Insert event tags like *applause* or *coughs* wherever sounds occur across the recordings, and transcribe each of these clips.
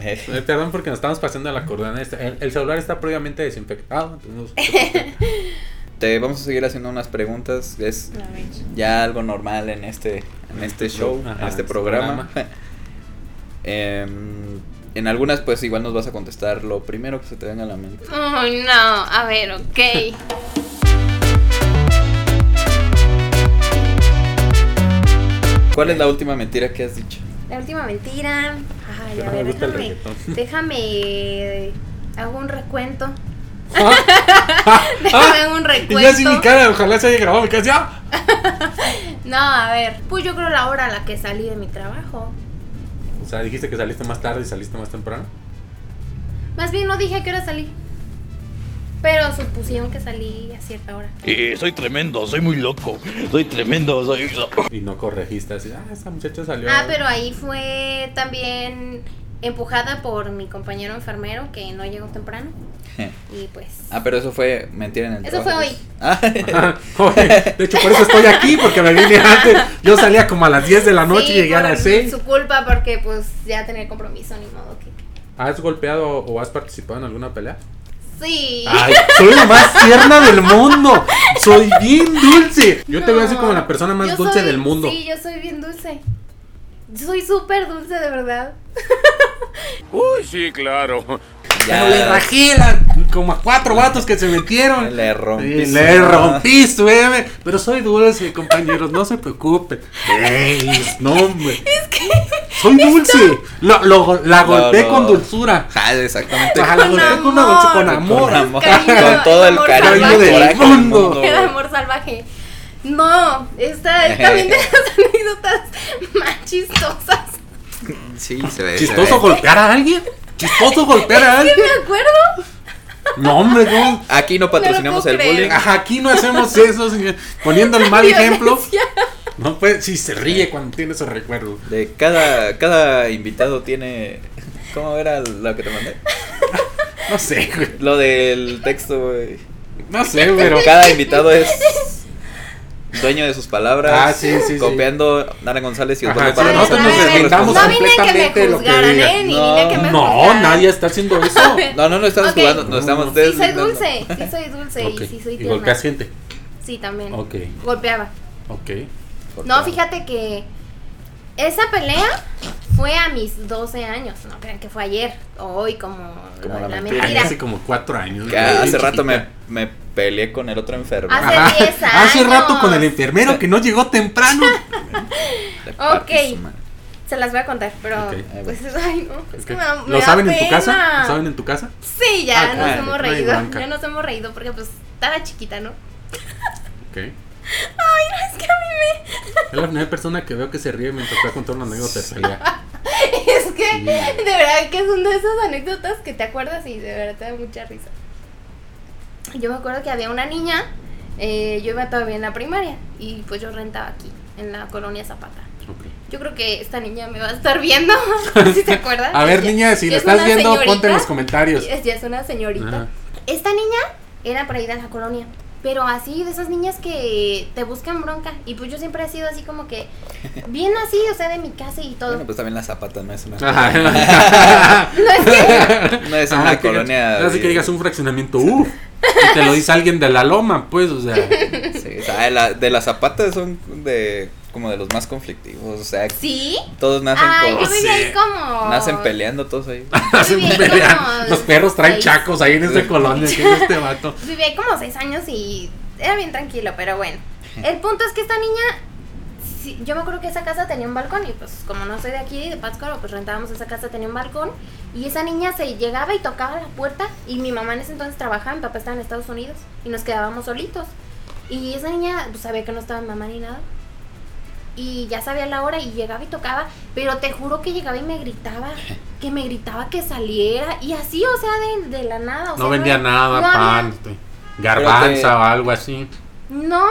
Eh, Perdón porque nos estamos pasando a la cordona. Este- El, el celular está previamente desinfectado. entonces *laughs* no se preocupen. Te vamos a seguir haciendo unas preguntas. Es A ver. ya algo normal en este, en este show, Ajá, en este este programa. *laughs* Em, en algunas, pues igual nos vas a contestar lo primero que se te venga a la mente. Oh, no, a ver, ok. ¿Cuál es la última mentira que has dicho? *laughs* La última mentira. Ay, Pero a no me ver, gusta el déjame. reggaetón. Déjame. eh, Hago un recuento. Ah, *laughs* Déjame hago un Y yo así mi recuento. cara, ojalá se haya grabado mi cara. así, ¡ah! No, a ver. Pues yo creo la hora a la que salí de mi trabajo. O sea, dijiste que saliste más tarde y saliste más temprano. Más bien no dije a qué hora salí. Pero supusieron que salí a cierta hora. Eh, soy tremendo, soy muy loco. Soy tremendo, soy loco. Y no corregiste así. Ah, esa muchacha salió. Ah, pero ahí fue también empujada por mi compañero enfermero que no llegó temprano. Y pues. Ah, pero eso fue mentira en el Eso trabajo, fue pues. *laughs* Ah, *laughs* Ah, joder, de hecho, por eso estoy aquí, porque me vine antes. Yo salía como a las 10 de la noche sí, y llegué a por las 6. Su culpa porque pues ya tenía compromiso, ni modo que. ¿Has golpeado o has participado en alguna pelea? Sí. Ay, soy la más tierna del mundo. Soy bien dulce. Yo te veo así No, como la persona más yo dulce soy- del mundo. Sí, yo soy bien dulce. Yo soy súper dulce, de verdad. Uy, sí, claro. Pero le ya rajé la- como a cuatro vatos que se metieron. le rompí. Sí, su le madre. rompí su M. Pero soy dulce, compañeros, no se preocupen. Ey, no, hombre. *laughs* Es que. Soy dulce. Lo, lo- la No, golpeé no. con dulzura. Ah, exactamente. Ajá, la Con golpeé con, una amor. dulce- con amor. Con amor. Cariño, Con todo el amor cariño salvaje. y coraje del Mundo. mundo. El amor salvaje. No, *laughs* esta es también de las anécdotas más chistosas. Sí, se ve. se ¿Chistoso ve. golpear a alguien? *laughs* ¿Chistoso golpear a ¿Qué alguien? me acuerdo? No, hombre, no. Aquí no patrocinamos puedo el bullying. creer. Ajá, aquí no hacemos eso, señor. Poniendo el mal ejemplo. Violencia. No pues sí se ríe cuando tiene esos recuerdos. De cada, cada invitado tiene. ¿Cómo era lo que te mandé? No sé, güey. Lo del texto, güey. No sé, güey, pero Pero cada invitado es dueño de sus palabras. Ah, sí, sí, sí. Copiando Nara González y Ajá, Osvaldo sí, Parra. nosotros nos Somos Ay, inventamos No vine a que completamente me lo que juzgaran, diga. ¿eh? Ni No, vine a que me No, juzgaran. nadie está *laughs* haciendo eso. No, no, no estamos Ok. jugando, no estamos Sí, soy desventando. dulce. Sí, soy dulce. Ok. Y sí, soy y tierna. golpeas gente. Sí, también. Ok. Golpeaba. Ok. No, fíjate que esa pelea fue a mis 12 años. No crean que fue ayer o hoy, como, Como la lo- la mentira. mentira. Ay, hace como cuatro años. Que güey, hace chiquita. rato me, me peleé con el otro enfermo. Ah, Hace Ajá, 10 Hace rato con el años. enfermero que no llegó *laughs* temprano. De parte ok. su madre. Se las voy a contar, pero. Ok. Pues, ay, no. Es que me da- me ¿Lo da saben en tu pena. casa? ¿Lo saben en tu casa? Sí, ya Ah, nos claro, hemos no hay reído. bronca. Ya nos hemos reído porque, pues, estaba chiquita, ¿no? *laughs* Ok. Ay, no, es que a mí me. *laughs* Es la primera persona que veo que se ríe mientras está contando una anécdota de *laughs* pelea. Es que, Sí. de verdad, que es una de esas anécdotas que te acuerdas y de verdad te da mucha risa. Yo me acuerdo que había una niña, eh, yo iba todavía en la primaria y pues yo rentaba aquí, en la colonia Zapata. Ok. Yo creo que esta niña me va a estar viendo, *laughs* si te acuerdas. A ver, Ya- niña, si ya lo es estás una viendo, ponte en señorita, los comentarios. Ya ya es una señorita. Ajá. Esta niña era para ir a la colonia. Pero así, de esas niñas que te buscan bronca. Y pues yo siempre he sido así como que, bien así, o sea, de mi casa y todo. Bueno, pues también la zapata no es una. Ajá. No es que. No es Ajá, una que- colonia. Así que de- digas un fraccionamiento, uff. Y te lo dice alguien de la loma, pues, o *laughs* sea. Sí, o sea, de la, de las zapatas son de como de los más conflictivos, o sea, ¿Sí? todos pues, nacen Ay, con- yo vivía ahí como. nacen peleando todos *laughs* ahí. Yo vivía ahí como Los perros traen seis- chacos ahí en este colonia. ¿Quién es este vato? Viví ahí como seis años y era bien tranquilo, pero bueno. El punto es que esta niña. sí, yo me acuerdo que esa casa tenía un balcón y pues como no soy de aquí, de Pátzcuaro, pues rentábamos esa casa, tenía un balcón y esa niña se llegaba y tocaba la puerta y mi mamá en ese entonces trabajaba, mi papá estaba en Estados Unidos y nos quedábamos solitos. Y esa niña pues, sabía que no estaba mi mamá ni nada. Y ya sabía la hora y llegaba y tocaba, pero te juro que llegaba y me gritaba, que me gritaba que saliera y así, o sea, de, de la nada. o sea, No vendía era- nada, no había- pan, este, garbanza o algo así. no.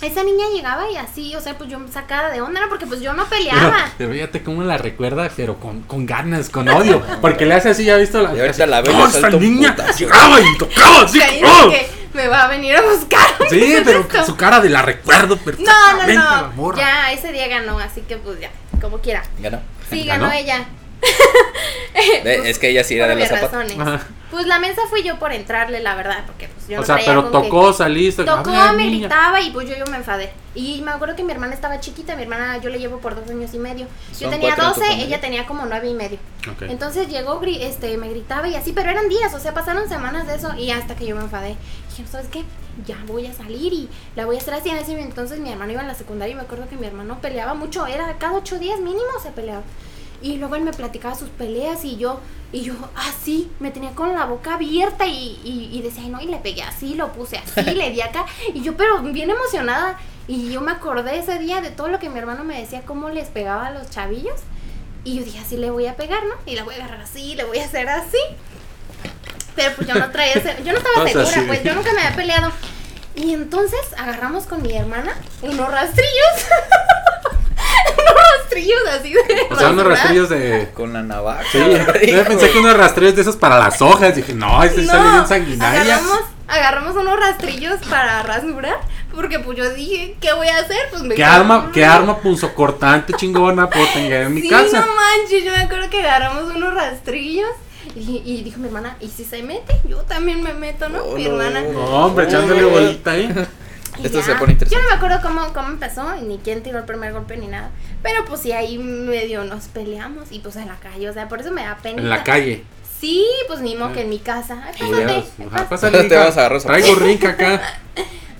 Esa niña llegaba y así, o sea, pues yo me sacaba de onda, ¿no? Porque pues yo no Pero, peleaba. pero fíjate cómo la recuerda, pero con, con ganas, con odio. Porque le hace así, ya ha visto la. Y ahorita la veo y le ¡No, esta suelto un niña putazo! llegaba y tocaba así. O sea, y ¡oh! dije, me va a venir a buscar. Sí, pero Esto. su cara de la recuerdo No, perfectamente. la no, no. morra. Ya, ese día ganó, así que pues ya, como quiera. Ganó. Sí, *laughs* ¿Ganó? ganó, ella. Eh, es que ella sí era Por de las obvias zapatas. razones. Ajá. Pues la mesa fui yo por entrarle, la verdad, porque pues yo no O sea, traía pero con qué. tocó, saliste. Tocó, "Habla, me niña". gritaba y pues yo, yo me enfadé. Y me acuerdo que mi hermana estaba chiquita, mi hermana yo le llevo por dos años y medio. Yo Son tenía cuatro en tu 12, familia. ella tenía como nueve y medio. Ok. Entonces llegó, gri- este, me gritaba y así, pero eran días, o sea, pasaron semanas de eso y hasta que yo me enfadé. Dije, ¿sabes qué? Ya voy a salir y la voy a hacer así. En ese entonces mi hermano iba a la secundaria y me acuerdo que mi hermano peleaba mucho, era cada ocho días mínimo se peleaba. Y luego él me platicaba sus peleas y yo, y yo así, me tenía con la boca abierta y, y, y decía, "Ay, no, y le pegué así, lo puse así, *laughs* le di acá. Y yo, pero bien emocionada. Y yo me acordé ese día de todo lo que mi hermano me decía, cómo les pegaba a los chavillos. Y yo dije, así le voy a pegar, ¿no? Y la voy a agarrar así, le voy a hacer así. Pero pues yo no traía ese- yo no estaba O sea, segura, sí. pues yo nunca me había peleado. Y entonces agarramos con mi hermana unos rastrillos. *laughs* unos rastrillos así de. O sea, unos rasurar. rastrillos de. Con la navaja. Sí, *laughs* yo pensé que unos rastrillos de esos para las hojas. Dije, no, este No, sale bien sanguinaria. Agarramos, agarramos unos rastrillos para rasurar. Porque pues yo dije, ¿qué voy a hacer? Pues me ¿Qué arma, qué arma punzocortante chingona puedo tener en mi sí, casa? no manches, yo me acuerdo que agarramos unos rastrillos y, y dijo mi hermana, ¿y si se mete? Yo también me meto, ¿no? Oh, mi no. hermana. No, hombre, echándole Uy. bolita ahí. *laughs* Y Esto ya. se pone interesante. Yo no me acuerdo cómo, cómo empezó, ni quién tiró el primer golpe ni nada. Pero pues sí, ahí medio nos peleamos y pues en la calle, o sea, por eso me da pena. En la calle. Sí, pues ni modo que en mi casa. Ay, pues, Y pásate, ya, pues, ay, ajá, pásate. pásale, Te hija. vas a agarrar zapatos. Traigo rica acá.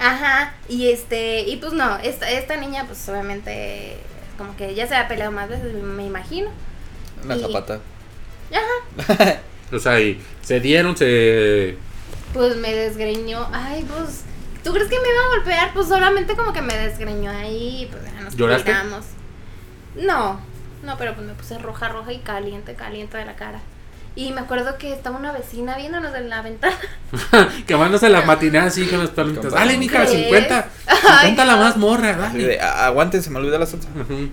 Ajá, y este, y pues no, esta, esta niña pues obviamente como que ya se ha peleado más veces, me imagino. Una Y- zapata. O sea, y se dieron, se. Pues me desgreñó. Ay, pues. ¿Tú crees que me iba a golpear? Pues solamente como que me desgreñó ahí. Pues ya nos ¿Lloraste? tiramos. No, no, pero pues me puse roja, roja y caliente, caliente de la cara. Y me acuerdo que estaba una vecina viéndonos en la ventana. *laughs* Que mandas a la matinada así con las perritas. Dale, mija, ¿Crees? 50. Ay, 50 la más morra, Así dale. de, "A- aguántense, me olvidó la salsa. Ujú.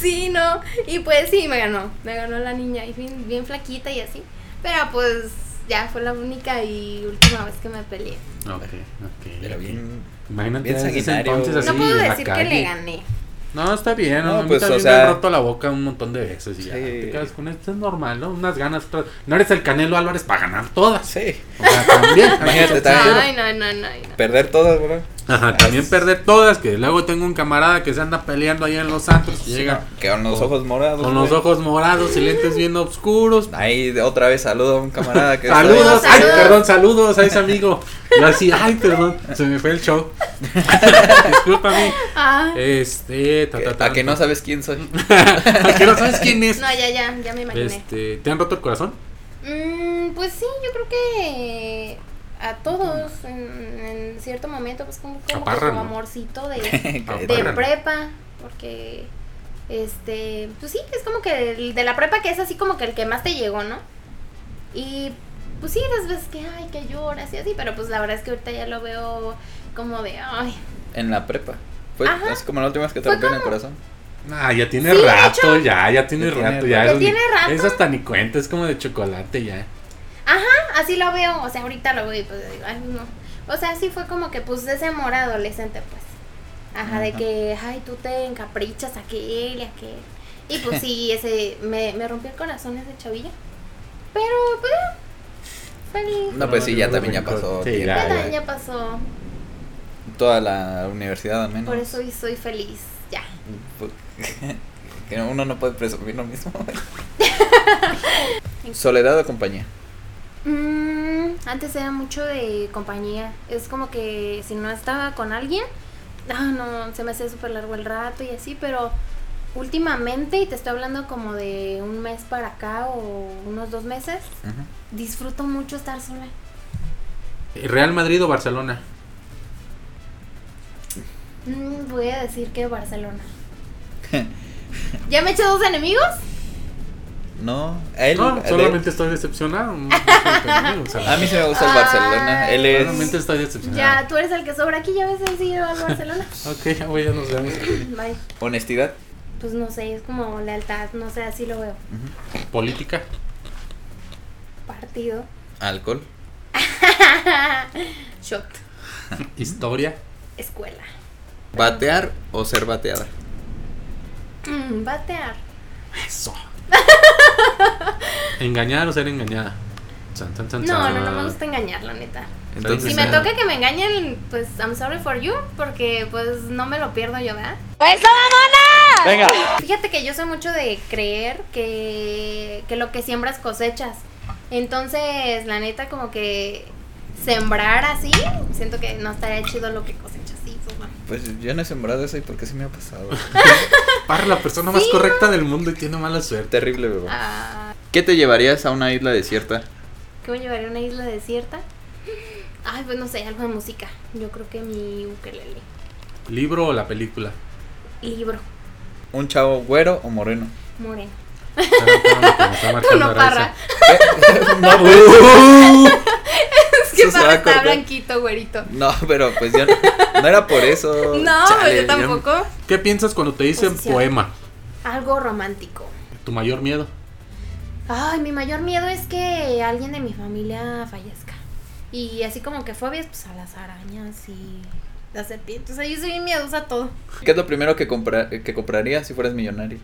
Sí, no. Y pues sí, me ganó. Me ganó la niña. Y bien, bien flaquita y así. Pero pues ya fue la única y última vez que me peleé. Ok, ok. Era bien. Imagínate bien desde ese sanguinario. entonces así No puedo en la decir que calle. le gané. No, está bien. No, a mí pues, también o sea- me han roto la boca un montón de veces. Y ya, Sí. te quedas con esto, es normal, ¿no? Unas ganas. otras- No eres el Canelo Álvarez para ganar todas. Sí. O *laughs* sea, también. Imagínate también. Ay, no, no, no. no. Perder todas, ¿verdad? Ajá, también perder todas. Que luego tengo un camarada que se anda peleando allá en Los Santos. Y llega Que con los ojos morados. con los güey. ojos morados y lentes bien oscuros. Ahí de- otra vez saludo a un *laughs* camarada que Saludos, Saludos, ay, saludos. perdón, saludos a ese amigo. Yo así, ay, perdón, se me fue el *laughs* show. Discúlpame. Ah. Este, ta, ta, ta. a que no sabes quién *laughs* soy. *laughs* A que no sabes quién es. No, ya, ya, ya me imaginé. Este, ¿te han roto el corazón? Mm, pues sí, yo creo que a todos en, en cierto momento, pues como, como que su Apárralo. *laughs* amorcito de, Ah, de Apárralo. prepa, porque este, pues sí, es como que el de la prepa que es así como que el que más te llegó, ¿no? Y pues sí, las veces que, ay, que lloras y así, pero pues la verdad es que ahorita ya lo veo como de, ay, en la prepa. Fue Ajá. así como la última vez que te Fue rompieron el corazón. Ah, ya tiene Sí, de rato, ya, ya tiene Ya tiene rato, ya. rato. esas ni- Ya tiene rato. Esas hasta ni cuenta, es como de chocolate ya. así lo veo, o sea, ahorita lo veo y pues digo, ay, no. O sea, sí fue como que pues ese amor adolescente, pues. Ajá, de Ajá. que, ay, tú te encaprichas a aquel y a aquel. *laughs* Y pues sí, ese, me, me rompió el corazón ese chavilla. Pero, pues, feliz. No, pues sí, ya no, también no, ya no, pasó. sí, tiempo, ya, Pero güey. ya pasó, Toda la universidad al menos. por eso hoy soy feliz, ya. Pues, *laughs* Que uno no puede presumir lo mismo. *laughs* Soledad o compañía. Mm, antes era mucho de compañía. Es como que si no estaba con alguien, ah, no, se me hacía súper largo el rato y así, pero últimamente, y te estoy hablando como de un mes para acá o unos dos meses, Ujú. disfruto mucho estar sola. Real Madrid o Barcelona. Mm, voy a decir que Barcelona. ¿Ya me eché dos enemigos? No, a él. No, de- solamente estoy decepcionado. no, no, o sea, A mí se me gusta el Ah. Barcelona. Él es. Solamente estoy decepcionado. Ya, tú eres el que sobra aquí, ya ves el sí al Barcelona. *laughs* Ok, ya voy, ya nos vemos. Bye. Honestidad. Pues no sé, es como lealtad, no sé, así lo veo. Política. Partido. Alcohol. Shot. Historia. Escuela. Batear o ser bateada. *laughs* Mm, batear. Eso. Engañar o ser engañada. Chan, chan, chan, No, chan. eh, no, no me gusta engañar, la neta. Pues Entonces, Si me toca que me engañen, pues I'm sorry for you, porque pues no me lo pierdo yo, ¿verdad? ¡Eso, mamona! Venga. Fíjate que yo soy mucho de creer que, que lo que siembras cosechas. Entonces, la neta, como que sembrar así, siento que no estaría chido lo que cosechas. Sí, pues bueno. Pues yo no he sembrado eso y por qué se me ha pasado. Para la persona más correcta del mundo y tiene mala suerte. *laughs* Terrible, bebé. Ah, ¿Qué te llevarías a una isla desierta? ¿Qué me llevaría a una isla desierta? Ay, pues no sé, algo de música. Yo creo que mi ukelele. ¿Libro o la película? Libro, ¿Un chavo güero o moreno? *laughs* moreno. *laughs* Tú Uno parra. no, *laughs* Es que Eso se va parra a está cortar. blanquito, güerito. no, pero pues yo no, no era por eso. *laughs* No, Oh, Chale, yo tampoco. ¿Qué piensas cuando te dicen Posición. poema? Algo romántico. Tu mayor miedo. Ay, mi mayor miedo es que alguien de mi familia fallezca. Y así como que fobias, pues a las arañas y las serpientes. O sea, yo soy bien miedosa a todo. ¿Qué es lo primero que, compra- que comprarías si fueras millonario?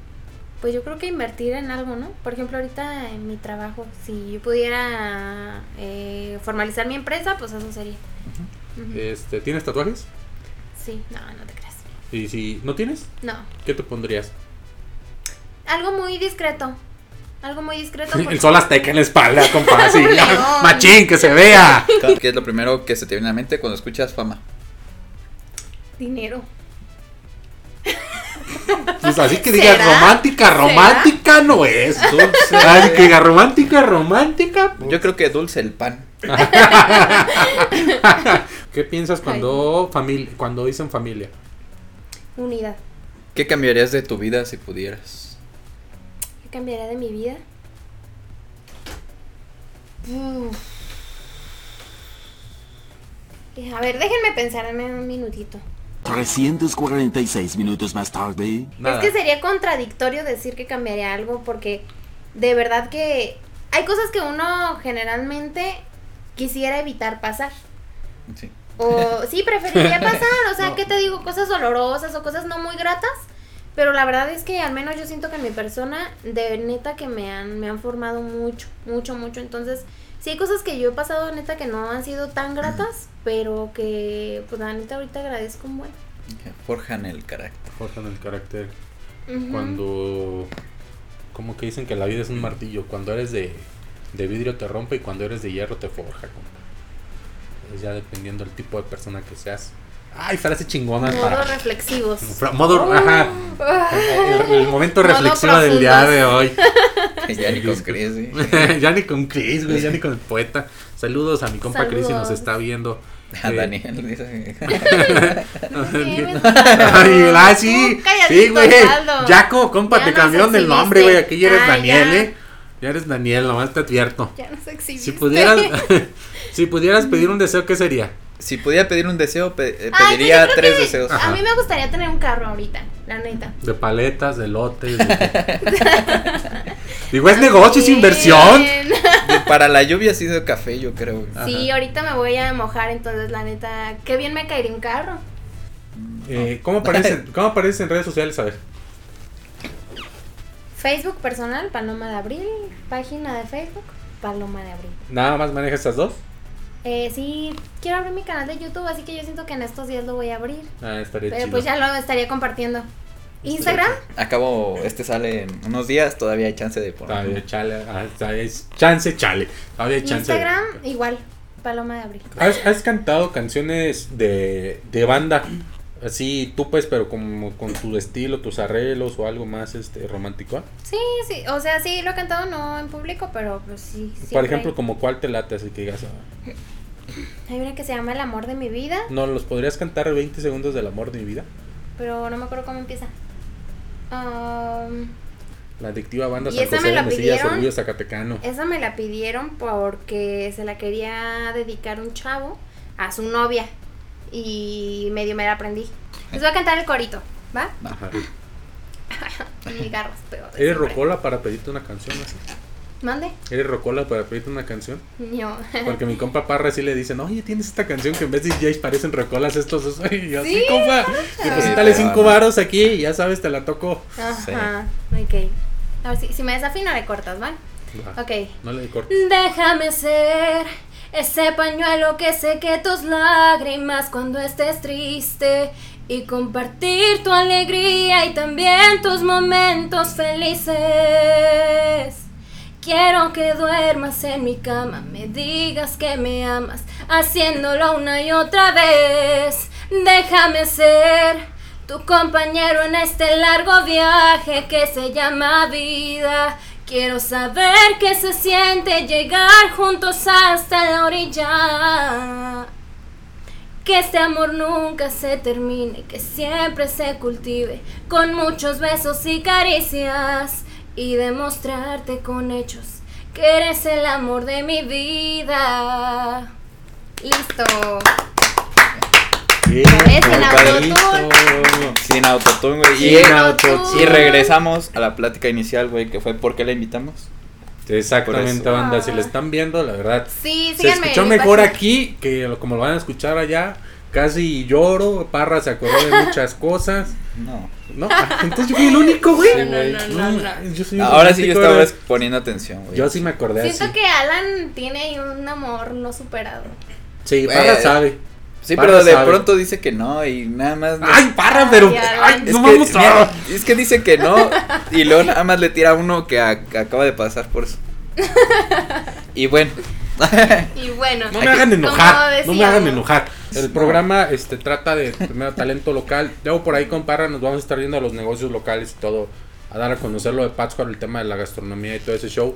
Pues yo creo que invertir en algo, ¿no? Por ejemplo, ahorita en mi trabajo, si yo pudiera eh, formalizar mi empresa, pues eso sería. Ujú. Eh. Este, ¿Tienes tatuajes? Sí, no, no te creas. Y si no tienes, No. ¿qué te pondrías? Algo muy discreto. Algo muy *laughs* discreto. porque- *laughs* El sol azteca en la espalda, *laughs* compa. así. Un león. *laughs* Machín, que se vea. ¿Qué es lo primero que se te viene a la mente cuando escuchas fama? Dinero. Pues así que digas ¿Será? romántica, ¿Será? romántica no es. *laughs* Dulce. Ay, que diga romántica, romántica. Yo creo que dulce el pan. ¿Qué piensas cuando familia, cuando dicen familia? Unidad. ¿Qué cambiarías de tu vida si pudieras? ¿Qué cambiaría de mi vida? Uf. Eh, A ver, déjenme pensar, dame un minutito. 346 minutos más tarde. Nada. Es que sería contradictorio decir que cambiaría algo porque de verdad que hay cosas que uno generalmente quisiera evitar pasar. Sí. O sí, preferiría pasar, o sea, No. ¿qué te digo? Cosas dolorosas o cosas no muy gratas. Pero la verdad es que al menos yo siento que en mi persona, de neta que me han, me han formado mucho, mucho, mucho. Entonces, sí hay cosas que yo he pasado, neta, que no han sido tan gratas, pero que, pues la neta, ahorita agradezco un buen. Forjan el *laughs* carácter. Forjan el carácter. Ujú. Cuando. Como que dicen que la vida es un martillo. Cuando eres de, de vidrio te rompe y cuando eres de hierro te forja. compa. Es ya dependiendo del tipo de persona que seas. Ay, frase chingona para. Modos reflexivos. *laughs* Ah, Fra- modo- ajá. *laughs* El, el momento Modo reflexivo del día de hoy. Ya ni con Chris, ¿sí? *laughs* *laughs* ya ni con Chris, güey, ya ni con el poeta. Saludos a mi compa Chris si nos Saludos. está viendo. A Eh, Daniel. dice. *laughs* *laughs* Ay, *laughs* Ay, ah, sí, sí, güey. Jaco, compa, Ya te nos cambiaron el exhibiste. nombre, güey. Aquí ya eres Ah, Daniel, ya. ¿eh? Ya eres Daniel, nomás te advierto. Ya nos exhibiste. Si pudieras, *laughs* *laughs* si pudieras pedir un deseo, ¿qué sería? Si pudiera pedir un deseo, pe- eh, Ay, pues pediría yo creo tres que deseos. Ah. A mí me gustaría tener un carro ahorita, la neta. De paletas, de lotes. *laughs* Digo, es Pues, negocio, es inversión. Ah, Bien. *laughs* Para la lluvia sí de café, yo creo. güey. Sí, ahorita me voy a mojar, entonces la neta, qué bien me caería un carro. Eh, ¿cómo, aparece, *laughs* ¿Cómo aparece en redes sociales? A ver. Facebook personal, Paloma de Abril, página de Facebook, Paloma de Abril. ¿Nada más manejas esas dos? Eh, sí, quiero abrir mi canal de YouTube, así que yo siento que en estos días lo voy a abrir. Ah, estaría Pero chido. pues ya lo estaría compartiendo. Instagram, Acabo, este sale en unos días, todavía hay chance de Todavía poner. chale, ah, todavía es- chance, chale. Todavía hay chance. de- Instagram, igual, Paloma de Abril. ¿Has, has cantado canciones de, de banda? Así, tú pues, pero como con tu estilo, tus arreglos o algo más este romántico. Sí, sí, o sea, sí, lo he cantado no en público, pero pues sí. Por siempre ejemplo, hay- como cuál te late, así que digas, ah, Hay una que se llama El amor de mi vida, no, los podrías cantar 20 segundos del amor de mi vida. pero no me acuerdo cómo empieza. Um, La adictiva banda ¿Y San esa José me de la Mesillas, pidieron? Eh, Orgullo Zacatecano. esa me la pidieron porque se la quería dedicar un chavo a su novia y medio me la aprendí. Les voy a cantar el corito, ¿va? Ajá. Mi garro es peor. de ¿Eres siempre. rocola para pedirte una canción? así? Mande. ¿Eres rocola para pedirte una canción? No. Porque mi compa Parra sí le dicen, oye, tienes esta canción que en vez de DJs parecen recolas estos *laughs* dos. Y yo, sí, Sí, compa, deposítale pero cinco no. varos aquí y ya sabes, te la toco. Ajá, ok. A ver, si, si me desafino le cortas, ¿va? Va. Ok. No le cortes. Déjame ser ese pañuelo que seque tus lágrimas cuando estés triste y compartir tu alegría y también tus momentos felices. Quiero que duermas en mi cama, me digas que me amas, haciéndolo una y otra vez. Déjame ser tu compañero en este largo viaje que se llama vida. Quiero saber qué se siente llegar juntos hasta la orilla. Que este amor nunca se termine, que siempre se cultive con muchos besos y caricias y demostrarte con hechos que eres el amor de mi vida. Listo. Mm. ves, sin Muy padre. autotune. Sin autotune, güey. Y, Sin y regresamos a la plática inicial, güey, que fue ¿por qué la invitamos? Por Exactamente, eso. banda. Si lo están viendo, la verdad. Sí, Se síganme. escuchó en mi mejor página. aquí que lo- como lo van a escuchar allá. Casi lloro, Parra se acordó de muchas cosas. No. *laughs* No, entonces yo fui el único, güey. No, no, no, no, no. mames, yo soy un Ah, Ahora sí yo romántico, estaba ¿verdad? poniendo atención, güey. Yo sí me acordé Siento así. que Alan tiene ahí un amor no superado. Sí, Güey, Parra eh, sabe. Sí, Parra pero de sabe. pronto dice que no y nada más. no- ¡Ay, Parra, Ay, pero! Alan. ¡Ay, Es no que, vamos mira, *laughs* a. es que dice que no y luego nada más le tira a uno que, a- que acaba de pasar por *laughs* eso. Y bueno, Y bueno, No me hagan como enojar, no me decíamos. hagan enojar. El programa este trata de primero talento local. Luego por ahí con Parra nos vamos a estar yendo a los negocios locales y todo. A dar a conocer lo de Pátzcuaro, el tema de la gastronomía y todo ese show.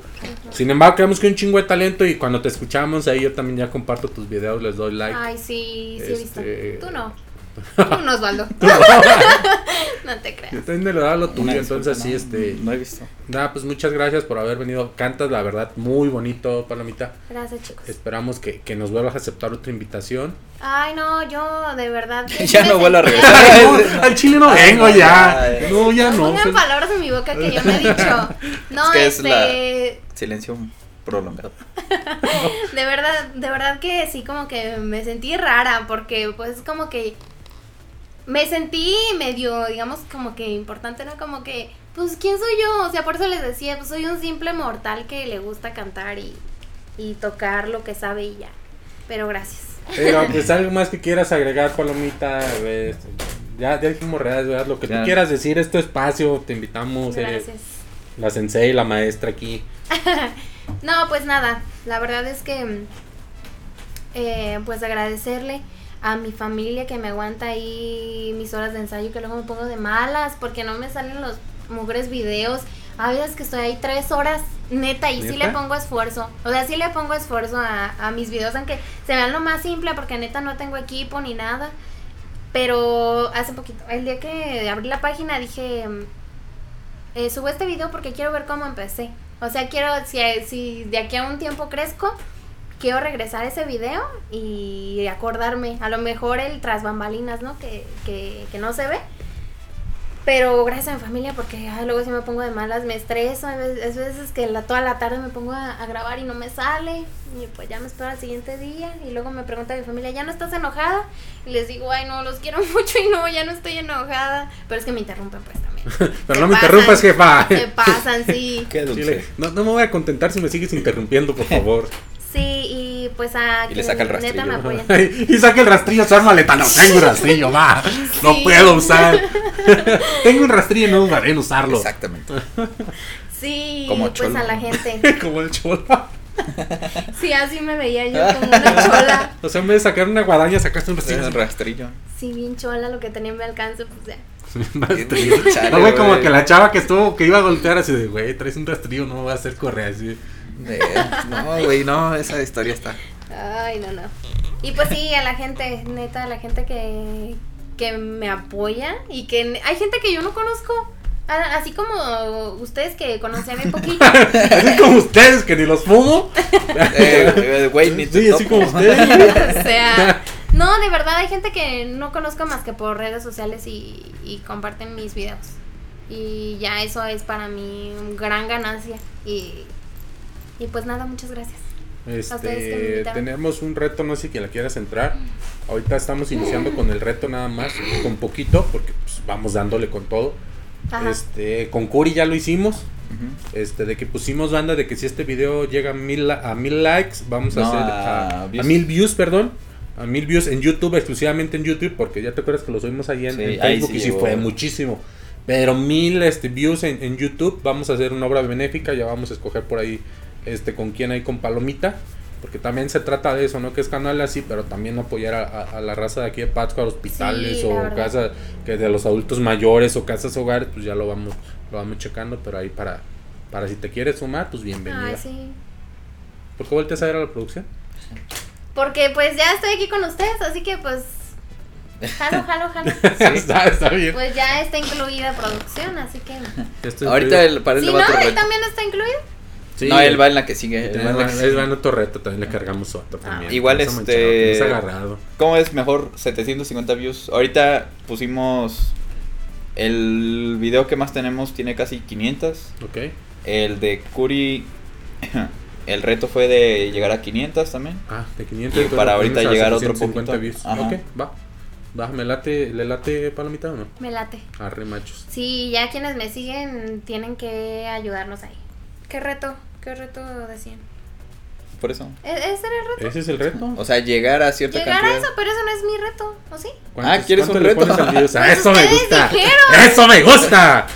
Sin embargo, creemos que hay un chingo de talento y cuando te escuchamos ahí yo también ya comparto tus videos, les doy like. *laughs* Ay, sí, sí he Este- visto. *laughs* Tú no. Tú no, Osvaldo. no te Yo creas. también le daba lo tuyo, una disculpa, entonces sí, no, este... No he visto. Nada, pues muchas gracias por haber venido. Cantas, la verdad, muy bonito, Palomita. Gracias, chicos. Esperamos que, que nos vuelvas a aceptar otra invitación. Ay, no, yo de *laughs* verdad. que Ya sí no me vuelvo a sentía- *laughs* regresar. Ay, no, al chile no Ay, vengo no, ya. ya, ya. No, pues. ya No no. pongan palabras en mi boca que yo no he dicho. No, Es que es este. Silencio prolongado. *clears throat* De verdad, de verdad que sí, como que me sentí rara, porque pues como que me sentí medio, digamos, como que importante, ¿no? Como que, pues, ¿quién soy yo? O sea, por eso les decía, pues soy un simple mortal que le gusta cantar y, y tocar lo que sabe y ya. Pero gracias. Pero pues algo más que quieras agregar, Palomita. eh, Ya, ya dijimos reales, ¿verdad? Lo que tú Ya. quieras decir es tu espacio. Te invitamos. eh, Gracias. la sensei, la maestra aquí. No, pues nada, la verdad es que mm, eh, pues agradecerle a mi familia que me aguanta ahí mis horas de ensayo que luego me pongo de malas porque no me salen los mugres videos. A veces que estoy ahí tres horas, neta, y sí ¿Neta? le pongo esfuerzo. O sea, sí le pongo esfuerzo a, a mis videos, aunque se vean lo más simple porque neta no tengo equipo ni nada. Pero hace poquito, el día que abrí la página dije, mm, eh, subo este video porque quiero ver cómo empecé. O sea, quiero, si, si de aquí a un tiempo crezco, quiero regresar a ese video y acordarme. A lo mejor el tras bambalinas, ¿no? Que, que, que no se ve. Pero gracias a mi familia porque ay, luego si me pongo de malas, me estreso. Hay veces, hay veces que la, toda la tarde me pongo a, a grabar y no me sale. Y pues ya me espero al siguiente día. Y luego me pregunta mi familia, ¿ya no estás enojada? Y les digo, ay no, los quiero *laughs* mucho y no, ya no estoy enojada. Pero es que me interrumpen pues también. Pero Se no me pasan. interrumpas, jefa. Se pasan, *laughs* sí. Qué Chile, No, no me voy a contentar si me sigues interrumpiendo, *laughs* por favor. Sí, y pues a Y le quienes saca el neta me rastrillo. apoyan. *laughs* y saca el rastrillo, sármale tan Tengo un rastrillo, va. No Sí. puedo *laughs* usar. Tengo un rastrillo y no dudaré en usarlo. Exactamente. Sí, Como pues cholo. a la *laughs* gente. *laughs* Como el chola. Sí, así me veía yo *laughs* como una chola. O sea, en vez de sacar una guadaña, sacaste un Tienes un rastrillo. rastrillo. Sí, bien chola lo que tenía en mi alcance, pues ya. Un rastrillo. Chale, No, güey, como güey. que la chava que estuvo, que iba a golpear así de, güey, traes un rastrillo, no me va a hacer correr así. Eh, No, güey, no, esa historia está. Ay, no, no. Y pues sí, a la gente, neta, a la gente que, que me apoya y que hay gente que yo no conozco. a- Así como ustedes que conocían bien *laughs* poquito. Así como ustedes, que ni los fumo. Eh, eh, Güey, ni te Sí, así topo. como ustedes. *laughs* güey. *laughs* *laughs* o sea, no, de verdad hay gente que no conozco más que por redes sociales y, y comparten mis videos. Y ya eso es para mí un gran ganancia. Y, y pues nada, muchas gracias. ustedes que me Este, invitaron. tenemos un reto, no sé si que la quieras entrar. Ahorita estamos iniciando con el reto nada más, con poquito, porque pues, vamos dándole con todo. Ajá. Este, con Curi ya lo hicimos. Este, de que pusimos banda de que si este video llega a mil, la- a mil likes, vamos a No, hacer a a, a views. mil views, perdón. A mil views en YouTube, exclusivamente en YouTube, porque ya te acuerdas que lo subimos ahí en, Sí, en ahí Facebook sí y sí llegó. fue muchísimo. Pero mil este, views en, en YouTube, vamos a hacer una obra benéfica, ya vamos a escoger por ahí este con quién hay con Palomita. Porque también se trata de eso, ¿no? Que es canal así, pero también apoyar a, a- a la raza de aquí de Pátzcuaro, hospitales Sí, la o verdad. casas que de los adultos mayores o casas hogares, pues ya lo vamos lo vamos checando, pero ahí para para si te quieres sumar, pues bienvenida. Ay, sí. ¿Por qué volteas a ver a la *laughs* producción? Porque pues ya estoy aquí con ustedes, así que pues. Jalo, jalo, *laughs* *laughs* jalo. está, está bien. Pues ya está incluida producción, así que. Este es Ahorita el... el, para él Si le va no, otro él reto. también está incluido. Sí. No, él va en la que sigue. él Él va en la que va- sigue. él va en otro reto, también le cargamos otro Ah. también. Igual, No se mancharon, este- no se agarrado. ¿Cómo es mejor 750 views? Ahorita pusimos. El video que más tenemos tiene casi 500. Ok. El de Curi. *coughs* El reto fue de llegar a 500 también. Ah, de Y 500 para ahorita llegar a otro punto poquito. views. Ajá. Ok, va. Va, me late, le late palomita o no? Me late. Arre machos. Sí, ya quienes me siguen tienen que ayudarnos ahí. ¿Qué reto? ¿Qué reto decían? Por eso. ¿E- ¿Ese era el reto? Ese es el reto. O sea, llegar a cierta Llegar a cantidad. eso, pero eso no es mi reto, ¿o sí? *laughs* ¿Cuántos- Ah, ¿quieres cuánto un le reto? pones al views? Ah, Pues eso me ustedes gusta. dijeron. Eso me *laughs* gusta.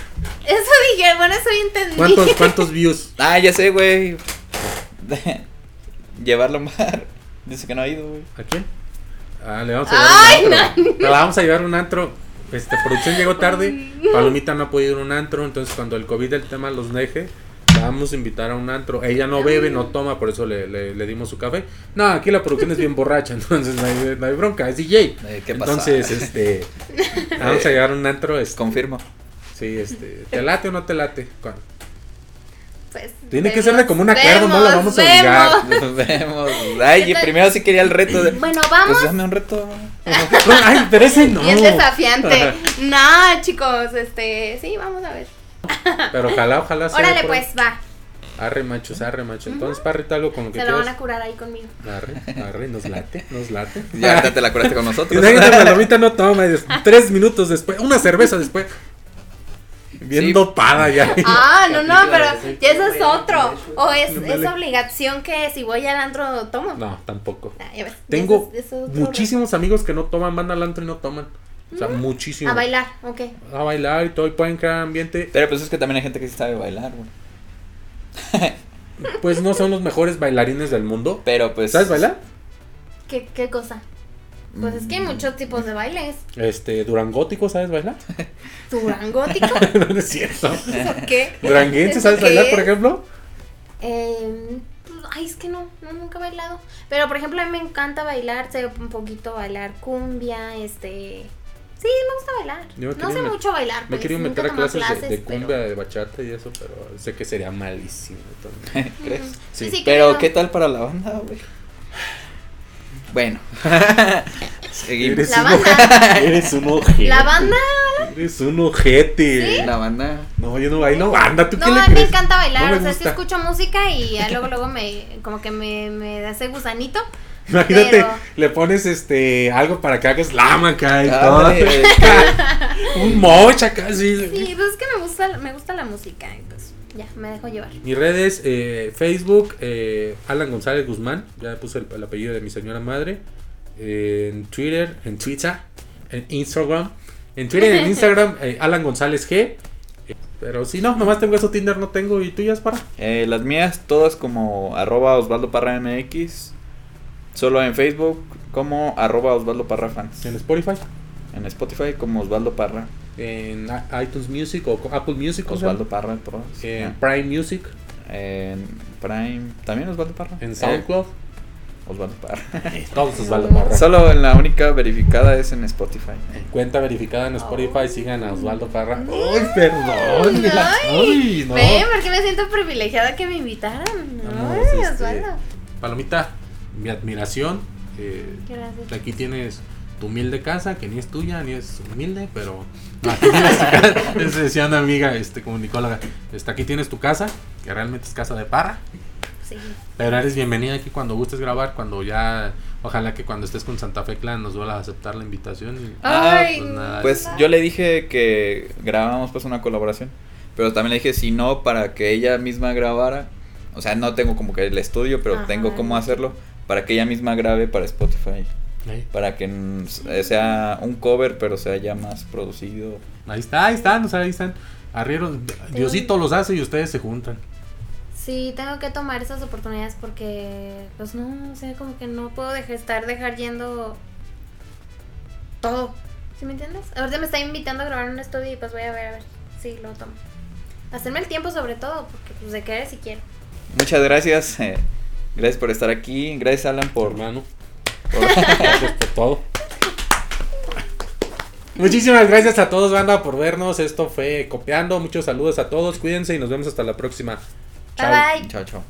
Eso dije, bueno, eso ya entendí. ¿Cuántos cuántos views? Ah, ya sé, güey. *laughs* Llevarlo a un bar. Dice que no ha ido, güey. ¿A quién? Ah, le vamos a Ay, llevar un antro. Le vamos a llevar un antro. Este, producción llegó tarde. Palomita no ha podido ir a un antro. Entonces, cuando el COVID del tema los deje, la vamos a invitar a un antro. Ella no bebe, no toma, por eso le, le- le dimos su café. No, aquí la producción es bien borracha. *laughs* Entonces, no hay, no hay bronca. Es DJ. Eh, ¿qué pasa? entonces, este. Vamos a llevar a un antro. este, Confirmo. sí, este. ¿Te late o no te late? *laughs* Cu- *laughs* Pues, Tiene que vemos, ser de común acuerdo, no la vamos a vemos, obligar. *laughs* vemos. Nos vemos. Ay, Entonces- primero sí quería el reto de. Bueno, vamos. Pues dame un reto. Ay, pero ese no. *laughs* Bien desafiante. no, chicos, este, sí, vamos a ver. Pero ojalá, ojalá sea Órale, por ahí. pues, va. Arre machos, arre macho. Entonces, parrita algo con lo que Se lo van quieras. a curar *laughs* ahí conmigo. Arre, arre, nos late, nos late. *laughs* Ya ahorita te la curaste con *laughs* Y nosotros. nadie de palomita no toma. y des- Tres minutos después, una cerveza después. Bien Sí. dopada ya. Ah, no, no, pero Capítulo de ya eso es otro. O es, es Ándale. obligación que si voy al antro tomo. *laughs* No, tampoco. Ah, ya ves, ya Tengo eso es- eso es otro muchísimos amigos que no toman, van al antro y no toman. O sea, muchísimos. reto. Mm. A bailar, ok. A bailar y todo, y pueden crear ambiente. Pero pues es que también hay gente que sí sabe bailar, güey. Pues no son los mejores bailarines del mundo. Pero pues. ¿Sabes bailar? ¿Qué, qué cosa? Pues es Mm. que hay muchos tipos de bailes. Este, durangótico, ¿sabes bailar? *laughs* ¿Durangótico? no, no *laughs* es cierto. ¿Eso qué? ¿Duranguense, ¿Eso sabes qué bailar, por es? ejemplo? Eh, pues, ay, es que no, no, nunca he bailado. Pero por ejemplo, a mí me encanta bailar, sé un poquito bailar cumbia, este. Sí, me gusta bailar. Yo me no quería sé met- mucho bailar. Me he pues, querido nunca meter he a tomado clases, de, de pero- cumbia, de bachata y eso, pero sé que sería malísimo. entonces. *laughs* ¿Crees? Sí. Sí, Pero creo. ¿qué tal para la banda, güey? *laughs* Bueno. Seguimos. La banda. *laughs* Eres un ojete. La banda. Eres un ojete. La banda. No, yo no bailo banda. ¿Tú No, qué le a mí me crees? encanta No bailar, me o sea, sí gusta. escucho música y ya luego luego me como que me, me hace gusanito. Imagínate, pero- le pones este algo para que hagas lama acá y todo. *laughs* Ay, es que- Un mocha casi. Sí, pues es que me gusta me gusta la música, entonces ya me dejo llevar. Mis redes, eh, Facebook, eh, Alan González Guzmán, ya le puse el, el apellido de mi señora madre. eh, en Twitter, en Twitter, en Instagram. En Twitter, y en Instagram, eh, Alan González G. Eh, Pero si no, nomás tengo eso, Tinder no tengo y tú ya es para. *laughs* Eh, las mías todas como arroba Osvaldo Parra MX. Solo en Facebook como arroba Osvaldo Parra fans. En Spotify, En Spotify como Osvaldo Parra. en i- iTunes Music o co- Apple Music, ¿cómo se llama? Osvaldo Parra en todas. en Ah, Prime Music, en Prime. También Osvaldo Parra. en Eh, SoundCloud. Osvaldo Parra. *laughs* Todos Osvaldo Parra. Solo en la única verificada es en Spotify. Cuenta verificada en Spotify, sigan a Osvaldo Parra. ¡Ay, perdón! ¡Ay, no! Ven, porque me siento privilegiada que me invitaran. Vamos, Ay, este, Osvaldo. Palomita, mi admiración. eh, Gracias. aquí tienes tu humilde casa, que ni es tuya, ni es humilde, pero no, aquí tienes tu casa. *laughs* Es- decía una amiga, este, comunicóloga, este, aquí tienes tu casa, que realmente es casa de parra, Sí. pero eres bienvenida aquí cuando gustes grabar, cuando ya, ojalá que cuando estés con Santa Fe Clan nos vuelvas a aceptar la invitación. y- Ah, Ay. pues nada. Pues yo le dije que grabamos pues una colaboración. Pero también le dije, si no, para que ella misma grabara. O sea, no tengo como que el estudio, pero Ajá. tengo cómo hacerlo. Para que ella misma grabe para Spotify. Ahí, Para que mm, sea un cover, pero sea ya más producido. ahí está, ahí están, o sea, ahí están. Arrieros, Diosito los hace y ustedes se juntan. Sí, tengo que tomar esas oportunidades porque, pues no, o sea, como que no puedo dejar estar dejar yendo todo. ¿Sí me entiendes? Ahorita me está invitando a grabar en un estudio y pues voy a ver a ver si lo tomo. Hacerme el tiempo sobre todo, porque pues de querer si quiero. Muchas gracias. eh, gracias por estar aquí. Gracias, Alan, por. hermano, *laughs* por- gracias por todo. Muchísimas gracias a todos, banda, por vernos. Esto fue Copiando. Muchos saludos a todos. Cuídense y nos vemos hasta la próxima. Chao. Bye bye. chao, chao.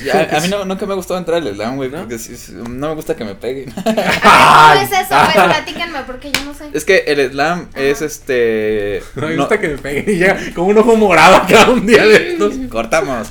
*laughs* A, a mí no, nunca me ha gustado entrarle, slam, güey, ¿No? porque sí, sí, no me gusta que me peguen. ¿Cómo es eso? *laughs* Pues platíquenme porque yo no sé. es que el slam es Ajá. este. *laughs* No me no- gusta que me peguen y ya con un ojo morado acá un día de estos. Cortamos.